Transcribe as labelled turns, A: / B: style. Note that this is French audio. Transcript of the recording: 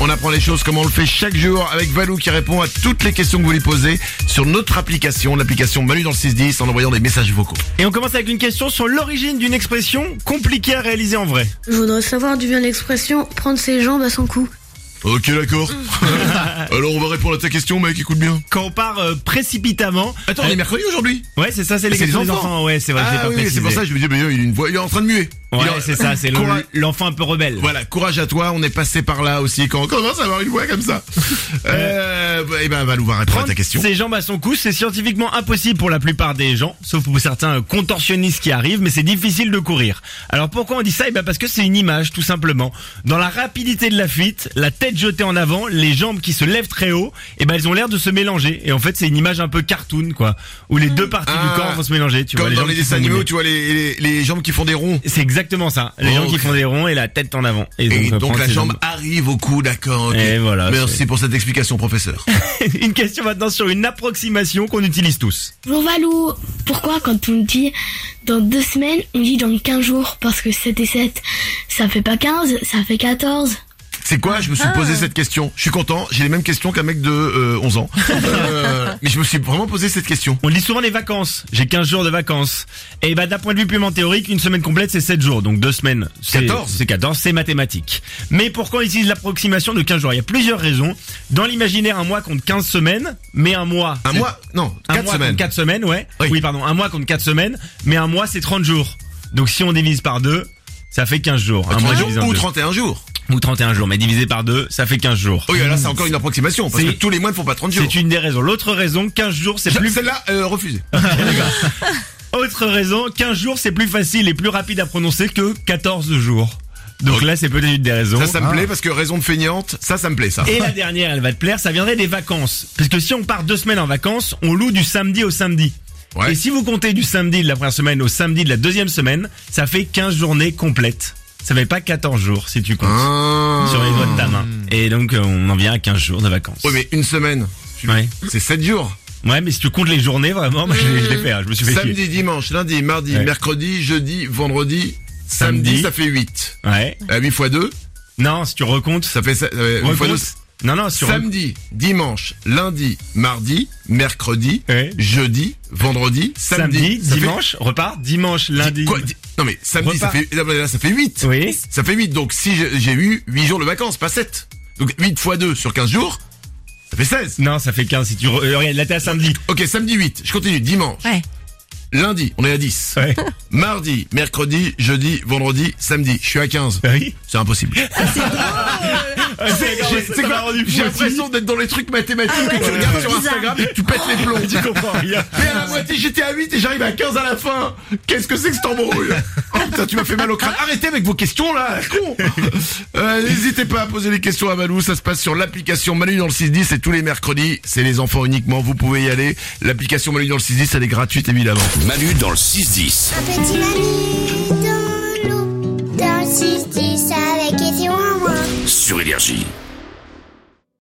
A: On apprend les choses comme on le fait chaque jour avec Valou qui répond à toutes les questions que vous lui posez sur notre application, l'application Manu dans le 610 en envoyant des messages vocaux.
B: Et on commence avec une question sur l'origine d'une expression compliquée à réaliser en vrai.
C: Je voudrais savoir d'où vient l'expression prendre ses jambes à son cou.
A: Ok d'accord. Alors on va répondre à ta question mec, écoute bien. Eh.
B: Quand on part euh, précipitamment.
A: Attends, on est mercredi aujourd'hui
B: Ouais, c'est ça, c'est les
A: C'est des
B: questions des
A: enfants.
B: enfants. Ouais, c'est vrai, j'ai
A: Ah
B: pas
A: oui, c'est
B: précisé.
A: pour ça que je me dis, mais il, a une voix- il est en train de muer. Il
B: Ouais,
A: a-
B: c'est ça, c'est
A: Courage-
B: le- l'enfant un peu rebelle.
A: Voilà, courage à toi, on est passé par là aussi quand on commence à avoir une voix comme ça. euh, bah, eh ben Valou va répondre à ta question.
B: Ses jambes à son cou, c'est scientifiquement impossible pour la plupart des gens, sauf pour certains euh, contorsionnistes qui arrivent, mais c'est difficile de courir. Alors pourquoi on dit ça Eh ben parce que c'est une image, tout simplement. Dans la rapidité de la fuite, la tête jetée en avant, les jambes qui se lèvent très haut, eh ben elles ont l'air de se mélanger. Et en fait, c'est une image un peu cartoon, quoi, où les deux parties
A: Ah.
B: du corps vont se mélanger. Tu vois,
A: Comme dans
B: jambes
A: les
B: qui
A: dessins
B: sont
A: animaux,
B: mouillées.
A: tu vois les, les, les jambes qui font des ronds.
B: C'est exactement ça. Les
A: Oh,
B: jambes qui
A: ok.
B: font des ronds et la tête en avant.
A: Et
B: euh,
A: donc,
B: prendre
A: la
B: ses
A: jambe
B: jambes.
A: arrive au cou, d'accord. ok.
B: Et voilà,
A: Merci pour cette explication, professeur.
B: une question maintenant sur une approximation qu'on utilise tous.
D: Bonjour Valou, pourquoi quand on dit dans deux semaines, on dit dans 15 jours Parce que 7 et 7, ça fait pas 15, ça fait 14.
A: C'est quoi Je me
B: Ah.
A: suis posé cette question. Je suis content. J'ai les mêmes questions qu'un mec de euh, 11 ans. Euh, mais je me suis vraiment posé cette question.
B: On lit souvent les vacances. J'ai 15 jours de vacances. Et bah, d'un point de vue purement théorique, une semaine complète, c'est 7 jours. Donc, deux semaines. c'est-
A: 14.
B: C'est 14. C'est mathématique. Mais pourquoi on utilise l'approximation de 15 jours? Il y a plusieurs raisons. Dans l'imaginaire, un mois compte 15 semaines, mais un mois.
A: Un
B: c'est-
A: mois Non,
B: un
A: 4
B: mois
A: semaines.
B: compte 4 semaines, ouais.
A: Oui.
B: pardon. Un mois compte 4 semaines, mais un mois, c'est 30 jours. Donc, si on divise par deux, ça fait 15 jours. hein, Un
A: 30
B: mois
A: jours
B: divisé en
A: ou
B: deux.
A: 31 jours.
B: Ou 31 jours. Mais divisé par deux, ça fait 15 jours.
A: Oui, là, c'est encore une approximation. Parce
B: Ah. C'est-
A: que tous les mois ne font pas 30 jours.
B: C'est une des raisons. L'autre raison, 15 jours, c'est
A: Je-
B: plus Ah
A: Celle-là, euh, refusée.
B: Autre raison, 15 jours c'est plus facile et plus rapide à prononcer que 14 jours. Donc là c'est peut-être une des raisons. Ah.
A: Ça, ça me plaît parce que raison de feignante, ça, ça me plaît, ça.
B: Et la dernière, elle va te plaire, ça viendrait des vacances. Parce que si on part deux semaines en vacances, on loue du samedi au samedi.
A: Ouais.
B: Et si vous comptez du samedi de la première semaine au samedi de la deuxième semaine, ça fait 15 journées complètes. Ça fait pas 14 jours si tu comptes
A: Ah.
B: sur les doigts de ta main. Et donc euh, on en vient à 15 jours de vacances.
A: Oui, mais une semaine,
B: ouais.
A: c'est 7 jours.
B: Ouais, mais si tu comptes les journées vraiment, moi, je l'ai- je l'ai fait, hein, je me suis fait chier.
A: Samedi, dimanche, lundi, mardi,
B: Ouais.
A: mercredi, jeudi, vendredi, samedi,
B: Samedi.
A: ça fait Euh, 8.
B: Ouais.
A: 8 x 2,
B: Non, si tu recomptes,
A: ça fait euh, 8
B: recompte.
A: x 2.
B: Non, non, sur
A: Samedi, dimanche, lundi, mardi, mercredi,
B: Ouais.
A: jeudi, vendredi, samedi,
B: Euh. samedi,
A: ça fait-
B: dimanche, repart, dimanche, lundi.
A: Quoi, di- Non mais samedi ça
B: Repas.
A: fait, là, là, ça fait 8.
B: Oui.
A: Ça fait 8 donc si j'ai j'ai eu 8 jours de vacances, pas 7. Donc 8 x 2 sur 15 jours, ça fait 16.
B: Non, ça fait 15 si tu re- euh, regarde, là t'es à samedi.
A: OK, samedi 8, je continue, dimanche.
E: Ouais.
A: Lundi, on est à 10.
B: Ouais.
A: Mardi, mercredi, jeudi, vendredi, samedi, je suis à 15.
B: oui.
A: C'est impossible. J'ai- c'est quoi, J'ai l'impression d'être dans les trucs mathématiques que tu regardes sur Instagram et que tu pètes les plombs.
B: tu comprends rien.
A: Mais à la moitié j'étais à 8 et j'arrive à 15 à la fin Qu'est-ce que c'est que cet embrouille Oh putain tu m'as fait mal au crâne Arrêtez avec vos questions là con Euh, N'hésitez pas à poser les questions à Malou Ça se passe sur l'application Manu dans le 610 C'est tous les mercredis C'est les enfants uniquement Vous pouvez y aller L'application Manu dans le 610 Elle est gratuite évidemment
F: Manu dans le 6-10.
G: Un petit Manu dans l'eau, dans le 6-10 avec et en moi.
F: Sur Énergie.